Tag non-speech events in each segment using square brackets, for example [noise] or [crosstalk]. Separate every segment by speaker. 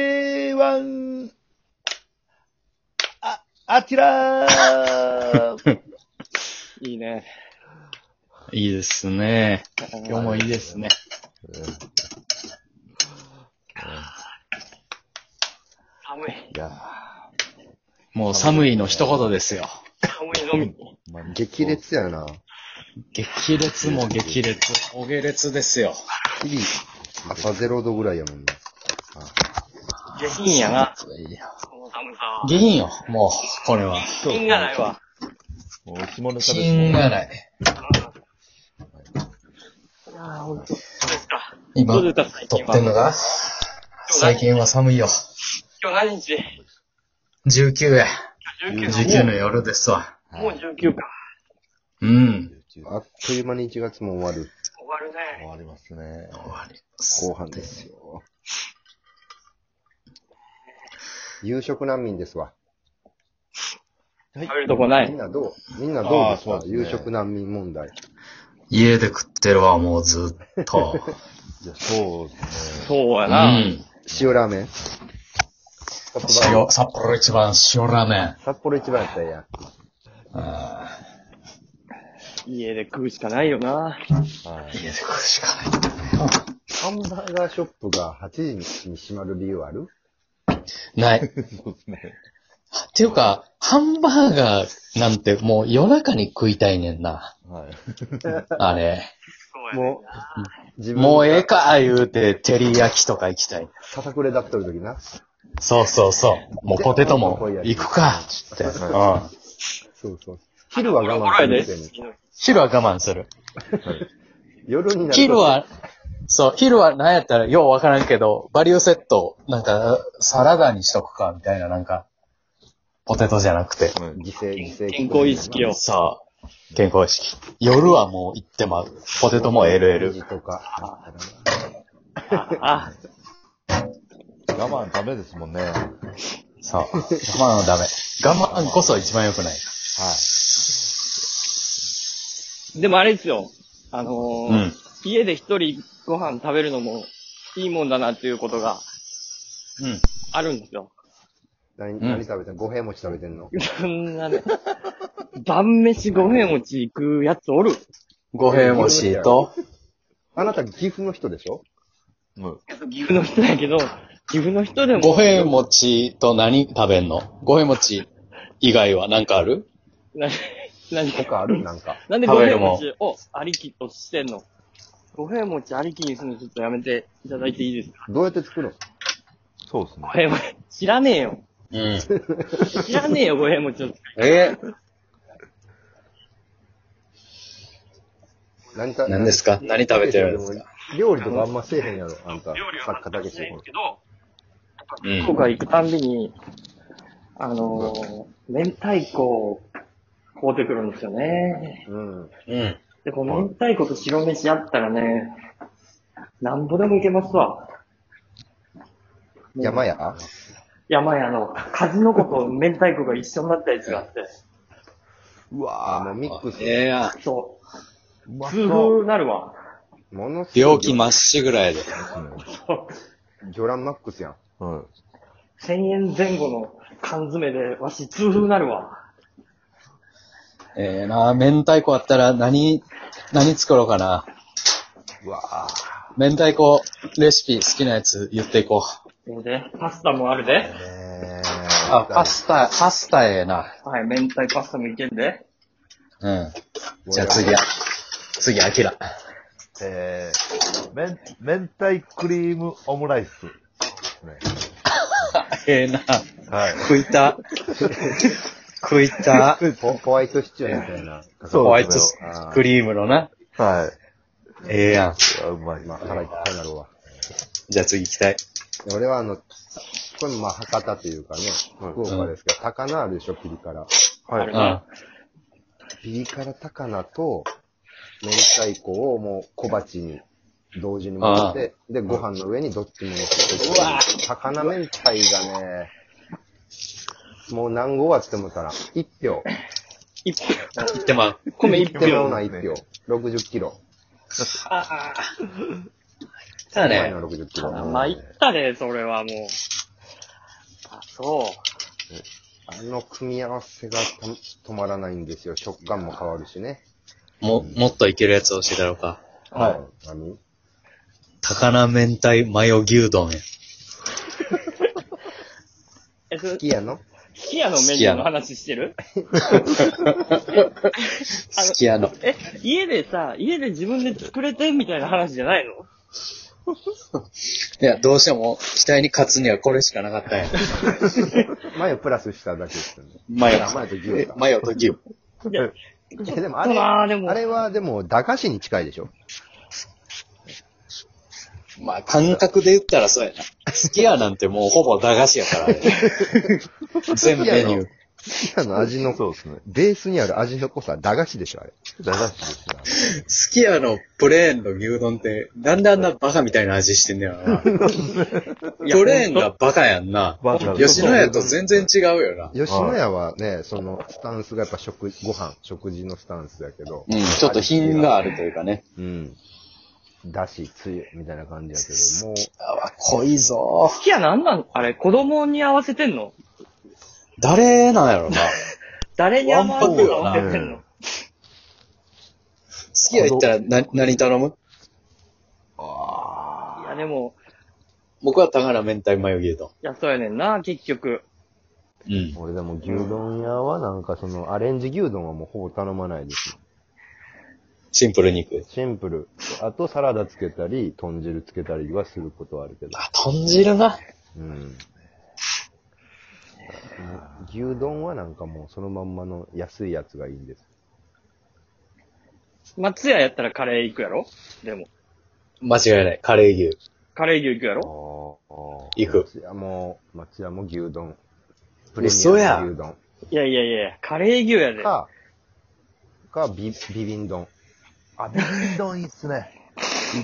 Speaker 1: 4MC1! あ、アキ
Speaker 2: [laughs]
Speaker 1: ラーいいね。
Speaker 3: いいですね。今日もいいですね。
Speaker 4: 寒い。
Speaker 2: いや
Speaker 3: もう寒いの一言ですよ。
Speaker 4: 寒いのみ。
Speaker 2: ー、まあ、激烈やな。
Speaker 3: 激烈も激烈。お下烈ですよ。
Speaker 2: 日々、朝ゼロ度ぐらいやもんね。
Speaker 4: 下品やな。
Speaker 3: いや
Speaker 4: この寒さは。
Speaker 3: 下品よ、もう、これは。
Speaker 4: 下品がないわ。
Speaker 5: もう着物から
Speaker 3: 品がない。
Speaker 4: いやー、ほんと。そうですか。
Speaker 3: 今、
Speaker 4: どうで
Speaker 3: 撮
Speaker 4: した最近
Speaker 3: っ
Speaker 4: は。
Speaker 3: てんのが最近は寒いよ。
Speaker 4: 今日何日
Speaker 3: 19や。
Speaker 4: 今日 ?19
Speaker 3: 19
Speaker 4: か。
Speaker 3: の夜ですわ。
Speaker 4: もう19か。
Speaker 3: うん。
Speaker 2: あっという間に1月も終わる
Speaker 4: 終わるね
Speaker 5: 終。わりますね。
Speaker 3: 終わり
Speaker 2: 後半ですよ。夕食難民ですわ。
Speaker 4: 食べるとこな
Speaker 2: みん
Speaker 4: い。
Speaker 2: などうみんなどうです
Speaker 5: あ
Speaker 2: か
Speaker 5: ーそうで
Speaker 2: 夕
Speaker 5: すね
Speaker 2: 食難民問題。
Speaker 3: 家で食ってるわ、もうずっと。 [laughs]
Speaker 5: いや、そうですね。
Speaker 4: そうや
Speaker 3: う
Speaker 4: な。
Speaker 3: ん。
Speaker 2: 塩ラーメン
Speaker 3: 塩、札幌一番塩ラーメン。
Speaker 2: 札幌一番やったらええやん。
Speaker 3: あ
Speaker 4: 家で食うしかないよな。
Speaker 3: ー家で食うしかない。
Speaker 2: ハンバーガーショップが8時に閉まる理由ある
Speaker 3: ない。
Speaker 5: そうですね。
Speaker 3: っていうか、ハンバーガーなんてもう夜中に食いたいねんな。
Speaker 5: はい。
Speaker 3: あれ。
Speaker 4: そうやね
Speaker 2: も。う、自分
Speaker 3: もうええ
Speaker 2: が
Speaker 3: か、言うて、照り焼きとか行きたい。
Speaker 2: ささくれだっとる時な。
Speaker 3: そうそうそう。もうポテトも行くか、つって。うん。
Speaker 2: そうそう。昼は我慢
Speaker 4: こ
Speaker 2: す
Speaker 4: れ
Speaker 2: る
Speaker 4: で
Speaker 2: くせに。
Speaker 4: 次の日
Speaker 3: 昼は我慢する。
Speaker 2: 夜になると
Speaker 3: 昼は、そう、昼は何やったら、ようわからんけど、バリューセット、なんか、サラダにしとくか、みたいな、なんか、ポテトじゃなくて。
Speaker 2: 自制、自制。
Speaker 4: 健康意識を。
Speaker 3: さあ、健康意識。夜はもう行ってまう。ポテトも LL。
Speaker 2: とか。
Speaker 4: あ、
Speaker 5: 我慢ダメですもんね。はい。
Speaker 3: そう。我慢はダメ。我慢こそ一番良くない。
Speaker 4: でもあれですよ。あの
Speaker 3: う
Speaker 4: ー
Speaker 3: ん。
Speaker 4: 家で一人ご飯食べるのもいいもんだなっていうことが
Speaker 3: うん。
Speaker 4: あるんですよ。
Speaker 2: 何、
Speaker 3: ん
Speaker 2: 何食べてんの五平餅食べてんの
Speaker 4: そんなね、晩飯五平餅行くやつおる
Speaker 3: 五平餅と、
Speaker 2: あなた岐阜の人でしょ
Speaker 5: もう、
Speaker 4: 岐阜の人やけど、岐阜の人でも。
Speaker 3: 五平餅と何食べんの五平餅以外は何かある
Speaker 4: な、 [laughs] 何か。
Speaker 2: 他あるなんか。
Speaker 4: なんで五平餅をありきとしてんの五平餅ありきにするのちょっとやめていただいていいですか
Speaker 2: どうやって作るの
Speaker 5: そうですね
Speaker 4: 五。平餅。知らねえよ。
Speaker 3: うん。
Speaker 4: 知らねえよ、五平餅を。
Speaker 3: え
Speaker 2: 何か、
Speaker 3: 何ですか何食べてるんですか
Speaker 2: 料理とかあんませえへんやろ、あんた。作家だけし
Speaker 4: ない
Speaker 2: て
Speaker 4: けど、
Speaker 3: う
Speaker 4: 福岡行くたんびに、あのー、明太子を買うてくるんですよね。
Speaker 2: うん。
Speaker 3: うん。
Speaker 4: で、この明太子と白飯あったらね、なんぼでもいけますわ。
Speaker 2: 山や
Speaker 4: 山屋の、数の子と明太子が一緒になったやつがあって、
Speaker 5: うわ
Speaker 2: あ、もうミックス。
Speaker 3: ええやん。
Speaker 4: そう。
Speaker 5: うま
Speaker 4: 痛
Speaker 5: そう。
Speaker 4: 風なるわ。
Speaker 2: ものすご
Speaker 3: 病
Speaker 2: い
Speaker 3: 気まっしぐらいで。
Speaker 2: 魚卵マックスやん。
Speaker 5: うん。
Speaker 4: 1000円前後の缶詰で、わし痛風なるわ。
Speaker 3: ええな明太子あったら何、何作ろうかな。
Speaker 2: うわぁ。
Speaker 3: 明太子レシピ好きなやつ言っていこう。
Speaker 4: で、パスタもあるで。
Speaker 2: え
Speaker 3: あ、パスタ、パスタええな。
Speaker 4: はい、明太パスタもいけんで。
Speaker 3: うん。じゃあ次、あ次、アキラ。
Speaker 5: えー、めん、明太クリームオムライス。です
Speaker 3: ええな
Speaker 5: ねはい。
Speaker 3: 食い [laughs] た。食いた。
Speaker 2: ホホワイトシチューみたいな。
Speaker 5: そう
Speaker 3: ホワイト
Speaker 2: あー
Speaker 3: クリームのな。
Speaker 5: は
Speaker 3: ええやん。
Speaker 5: い。うまい。
Speaker 2: まあ、腹いっぱいになるわ。
Speaker 3: じゃあ次行きたい。
Speaker 2: 俺はあの、これもまあ、博多というかね、福岡ですけど、高菜あるでしょ、ピリ辛。
Speaker 5: は
Speaker 4: う
Speaker 5: い
Speaker 4: ん。
Speaker 3: うん。
Speaker 2: ピリ辛高菜と、明太子をもう小鉢に同時に盛って、で、ご飯の上にどっちも乗せて
Speaker 3: うわ
Speaker 2: 高菜明太がね、もう何号あってもたら、1票。
Speaker 4: 一票。
Speaker 3: 行ってまう。
Speaker 4: 米一
Speaker 2: 手間
Speaker 4: 票。
Speaker 2: のない1票。60キロ。
Speaker 4: ああ。
Speaker 3: たね。
Speaker 2: 前の60キロ。
Speaker 4: 参ったね、それはもう。あ、そ
Speaker 2: あの組み合わせがた止まらないんですよ。食感も変わるしね。。
Speaker 3: も、もっといけるやつ教えたろうか。はい
Speaker 2: 何
Speaker 3: 高菜明太マヨ牛丼や。
Speaker 4: う。え、それ
Speaker 2: 好、きやの
Speaker 4: スキヤのメニューの話してるあの
Speaker 3: 好きやの。
Speaker 4: え、家でさ、家で自分で作れてみたいな話じゃないの
Speaker 3: いや、どうしても、期待に勝つにはこれしかなかったんや。
Speaker 2: 前をプラスしただけですよね。
Speaker 3: [laughs] マヨ
Speaker 2: あ。前と牛
Speaker 3: え
Speaker 2: か。
Speaker 3: マヨと牛。
Speaker 4: いや、
Speaker 2: いやでもあ
Speaker 4: そう
Speaker 2: れ、
Speaker 4: なーでも
Speaker 2: あれはでも駄菓子に近いでしょ。
Speaker 3: まあ、感覚で言ったらそうやな。好きやなんてもうほぼ駄菓子やから、 [laughs] ね、全部メニュー。
Speaker 2: あの味の、
Speaker 5: そうですね。
Speaker 2: ベースにある味の濃さは駄菓子でしょ、あれ。
Speaker 5: 駄菓子です
Speaker 3: 好きやのプレーンの牛丼って、なんであんなバカみたいな味してんねやろな。プレーンがバカやんな。
Speaker 5: バカ
Speaker 3: 吉野家と全然違うよな。
Speaker 2: 吉野家はね、そのスタンスがやっぱ食、ご飯、食事のスタンスやけど、
Speaker 3: うん、ちょっと品があるというかね。
Speaker 2: うん。だし、つゆ、みたいな感じやけど、もう、
Speaker 3: あわ、濃いぞ。
Speaker 4: スキヤなんなんあれ、子供に合わせてんの
Speaker 3: 誰なんや [laughs] ろな。
Speaker 4: 誰に合わせてんの
Speaker 3: ワ
Speaker 2: ンパクよな
Speaker 3: 好
Speaker 4: 好
Speaker 3: きや行ったらな何頼む
Speaker 4: きや、でも、
Speaker 3: 僕は高菜明太マヨ牛丼。
Speaker 4: いや、そうやねんな、結局。
Speaker 3: うん。
Speaker 2: 俺でも牛丼屋はなんかそのアレンジ牛丼はもうほぼ頼まないです。
Speaker 3: シンプル肉。
Speaker 2: シンプル。あとサラダつけたり、豚汁つけたりはすることはあるけど。
Speaker 3: あ、豚汁な。
Speaker 2: うん。牛丼はなんかもうそのまんまの安いやつがいいんです。
Speaker 4: 松屋やったらカレー行くやろでも。
Speaker 3: 間違いない。カレー牛。
Speaker 4: カレー牛行くや
Speaker 2: あ
Speaker 4: ろ
Speaker 3: 行く
Speaker 2: 松屋も、松屋も牛丼。プレミ
Speaker 3: 嘘や
Speaker 2: アム牛丼。
Speaker 4: いやいやいや、カレー牛やで。
Speaker 2: か、か、ビ、ビビン丼。
Speaker 5: あ、ビビン丼いいっすね。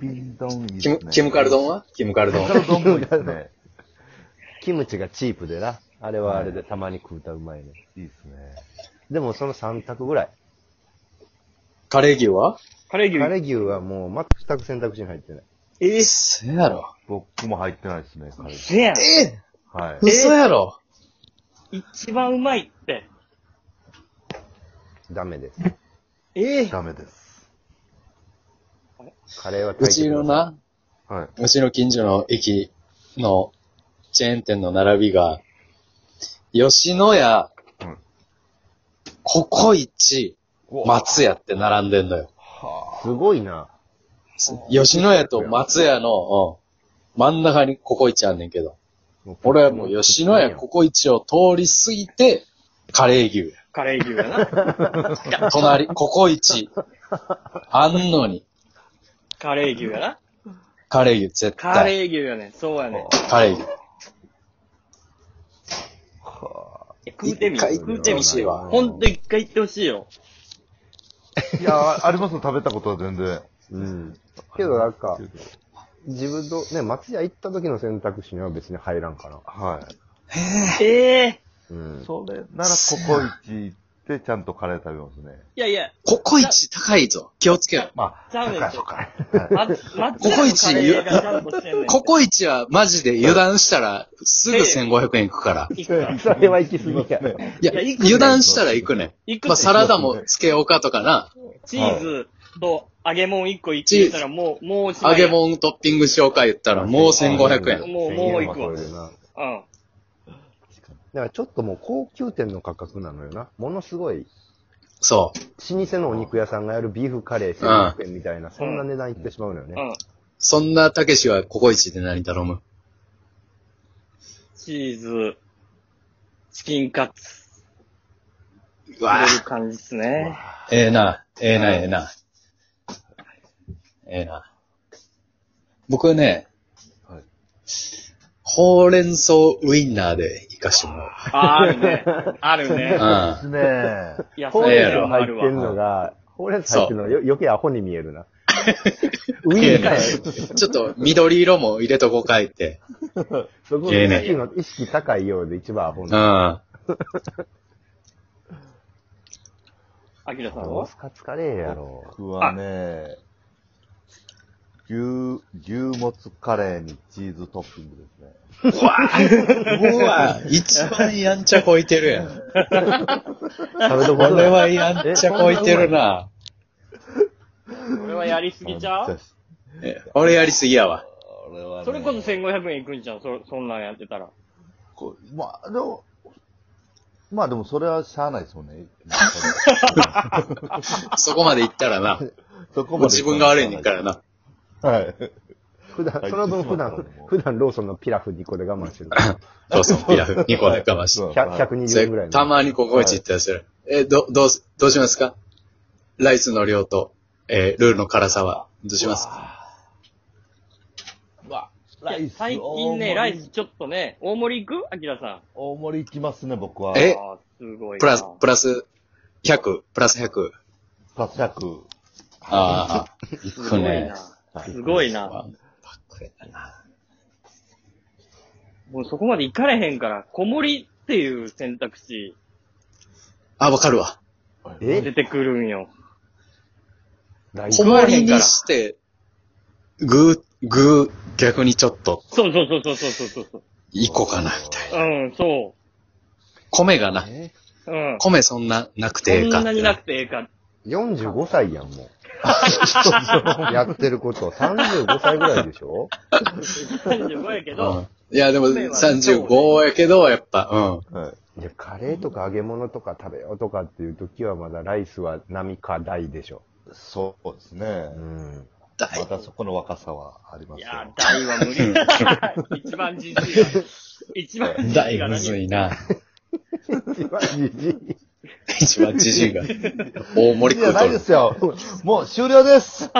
Speaker 5: ビビン丼いいっ
Speaker 3: キ
Speaker 5: すね
Speaker 3: ム、。キムカル
Speaker 5: 丼
Speaker 3: 丼はキムカル
Speaker 5: キ
Speaker 3: 丼
Speaker 5: ムカ。ル丼もいいっすね。
Speaker 2: [laughs] キムチがチープでな。あれはあれでたまに食うたらうまいね。
Speaker 5: いいっすね。
Speaker 2: でもその3択ぐらい。
Speaker 3: カレー牛は
Speaker 4: カレー牛
Speaker 2: カ
Speaker 4: 行く。
Speaker 2: レー牛はもう全く選択肢に入ってない。
Speaker 3: えー、嘘やろ。
Speaker 5: 僕も入ってないっすね、カレー。
Speaker 4: せやん。
Speaker 3: え
Speaker 5: はい。
Speaker 3: 嘘やろ。
Speaker 4: 一番うまいって。
Speaker 2: ダメです。
Speaker 4: ええ
Speaker 5: ダメです。
Speaker 2: [laughs] カレーは炊
Speaker 3: う
Speaker 2: い
Speaker 3: ち
Speaker 2: てくださ
Speaker 3: の。
Speaker 2: い
Speaker 3: な、
Speaker 5: は
Speaker 3: うちの近所の駅のチェーン店の並びが、吉野家、
Speaker 5: うん
Speaker 3: ココイチ、
Speaker 5: い。
Speaker 3: 松屋って並んでんのよ。
Speaker 2: すごいな。
Speaker 3: 吉野家と松屋の、うん真ん中にココイチあんねんけど。俺はもう吉野家ココイチを通り過ぎて、カレー牛
Speaker 4: カレー牛や [laughs] な。
Speaker 3: や。隣、ココイチ、あんのに、
Speaker 4: カレー牛やな。
Speaker 3: カレー牛、絶対。
Speaker 4: カレー牛やねん。そうやねん。
Speaker 3: カレー牛。
Speaker 4: え食うてみ。
Speaker 3: 一回
Speaker 4: 食うて
Speaker 3: 行
Speaker 4: み
Speaker 3: ってほしいわ
Speaker 4: ほんと一回行ってほしいよ。
Speaker 5: いや、あありますよ、食べたことは全然。
Speaker 2: うん。けどなんか、自分と、ね、松屋行った時の選択肢には別に入らんかな。
Speaker 5: はい。
Speaker 4: ええ
Speaker 2: うん。 [laughs]
Speaker 5: それなら、ココイチ行って、ちゃんとカレー食べますね。
Speaker 4: いやいや、
Speaker 3: ココイチ高いぞ。気をつけろ。
Speaker 5: ま
Speaker 4: ちゃうねんて。
Speaker 5: か。
Speaker 4: ま、松屋のカレーがちゃんとしてんねんて。
Speaker 3: ココイチはマジで油断したらすぐ
Speaker 4: ええ
Speaker 3: 1500円いくから。
Speaker 4: 行くか。
Speaker 2: それは行き過ぎや。
Speaker 3: いや、
Speaker 4: いやいくね
Speaker 3: 油断したら行くねん。
Speaker 4: 行く
Speaker 3: まあ、
Speaker 4: って
Speaker 3: サラダもつけようかとかな、
Speaker 4: チーズと揚げ物一個行ってたらもう、もうおしま
Speaker 3: 揚
Speaker 4: いや
Speaker 3: げ物トッピングしようか言ったらもう1500円。
Speaker 4: もうもう行くわ
Speaker 2: 1000円は超えるな。
Speaker 4: うん。
Speaker 2: だからちょっともう高級店の価格なのよな。ものすごい、
Speaker 3: そう。
Speaker 2: 老舗のお肉屋さんがやるビーフカレー1500円みたいな、そんな値段いってしまうのよね。
Speaker 4: うん。
Speaker 3: そんなたけしはココイチで何頼む
Speaker 4: チーズ、チキンカツ、
Speaker 3: うわ
Speaker 4: 入れる
Speaker 3: ぁ、
Speaker 4: 感じですね。
Speaker 3: ええな、ええな、ええな。ええな。僕はね、
Speaker 5: はい
Speaker 3: ほうれん草ウインナーで行かしてもらうわ。
Speaker 4: あ、あるね。あるね。
Speaker 3: うん
Speaker 5: ですねえ。
Speaker 4: いや、
Speaker 2: ほ
Speaker 4: そうう
Speaker 2: れ
Speaker 4: い
Speaker 2: ん
Speaker 4: う
Speaker 2: 草
Speaker 4: のもあ
Speaker 2: 入っ
Speaker 4: る
Speaker 2: てん
Speaker 4: わ。
Speaker 2: のが、ほうれん草入ってんのがよ余計アホに見えるな。ウ
Speaker 3: え
Speaker 2: ィ
Speaker 3: え
Speaker 2: ンカ
Speaker 3: な
Speaker 2: ー、
Speaker 3: ちょっと緑色も入れとこうかいって。
Speaker 2: そこの
Speaker 3: ええ
Speaker 2: 意
Speaker 3: ね
Speaker 2: 識の意識高いようで一番アホ
Speaker 3: う
Speaker 2: な。
Speaker 3: ん。
Speaker 4: アキラさん
Speaker 2: ロー
Speaker 4: は
Speaker 2: スカツカレーやろ。
Speaker 5: 僕はね、牛、牛もつカレーにチーズトッピングですね。
Speaker 3: うわ、一番やんちゃこいてる [laughs] やん。
Speaker 2: 食べとこ
Speaker 3: こ
Speaker 2: う
Speaker 3: れ
Speaker 2: だよ。
Speaker 3: はやんちゃこいてるな。
Speaker 4: これはやりすぎちゃ
Speaker 5: めっ
Speaker 4: う
Speaker 5: ちし
Speaker 3: え俺やりすぎやわ。
Speaker 5: これはね
Speaker 4: それこそ1500円いくんじゃん、そ、そんなんやってたら。
Speaker 5: こうまあ、でも、まあでもそれはしゃあないですもんね。
Speaker 3: そこまで行ったらな。
Speaker 5: そこ。
Speaker 3: もう自分が悪いねんかららな。
Speaker 5: はい。
Speaker 2: 普段、その分普段、普段ローソンのピラフ2個で我慢してる。
Speaker 3: ローソンピラフ2個で [laughs] 我慢して。
Speaker 5: そう
Speaker 2: 100 120円ぐらいの。
Speaker 3: たまにココイチ行ったりする。え、ど、どうす、どうしますかライスの量と、えールーの辛さは、どうしますか
Speaker 5: ライス
Speaker 4: 最近ね、ライスちょっとね、大盛り行くアキラさ
Speaker 5: 大盛り行きますね、僕は。
Speaker 4: ん。
Speaker 3: え
Speaker 4: あーすごいな。
Speaker 3: プラス、プラス100、プラス100。
Speaker 5: プラス100。
Speaker 3: ああ、行
Speaker 4: すご
Speaker 3: く
Speaker 4: い
Speaker 3: ね
Speaker 4: な。。すごい
Speaker 3: ワ
Speaker 4: な。
Speaker 3: ンパックやな。
Speaker 4: もうそこまで行かれへんから、小盛りっていう選択肢
Speaker 3: あ、わかるわ。
Speaker 4: 出
Speaker 2: え
Speaker 4: てくるんよ。
Speaker 2: ライ
Speaker 3: 小
Speaker 2: ス
Speaker 3: 盛りにして、ぐー、ぐー、逆にちょっと、
Speaker 4: そうそうそうそうそうそうそう。
Speaker 3: いこうかな、みたいな。
Speaker 4: うん、そ
Speaker 3: 米がな、
Speaker 2: え
Speaker 4: う。うん。
Speaker 3: 米そんななくてええ
Speaker 4: そ
Speaker 3: か
Speaker 4: んな。になくてええか。
Speaker 2: 45歳やん、もう。 [laughs] やってること。35歳ぐらいでしょ
Speaker 4: 35やけ
Speaker 3: う
Speaker 4: ど、
Speaker 3: んいや、でも
Speaker 4: 米はそうね
Speaker 3: 35やけど、やっぱ、うん。
Speaker 5: はい。
Speaker 2: いや、カレーとか揚げ物とか食べようとかっていう時はまだライスは波か大でしょ。
Speaker 5: そうですね
Speaker 2: う。ん。 [laughs]
Speaker 5: またそこの若さはありま
Speaker 4: い
Speaker 5: すよ。
Speaker 4: やー、大は無理だ。一番じじいや。一番じじい
Speaker 3: 大
Speaker 4: が
Speaker 3: むずいな。
Speaker 2: 一番じじい
Speaker 3: 一番じじい [laughs] が。大盛り
Speaker 5: いや、
Speaker 3: 食うと
Speaker 5: ない
Speaker 3: る
Speaker 5: で。すよ。もう終了です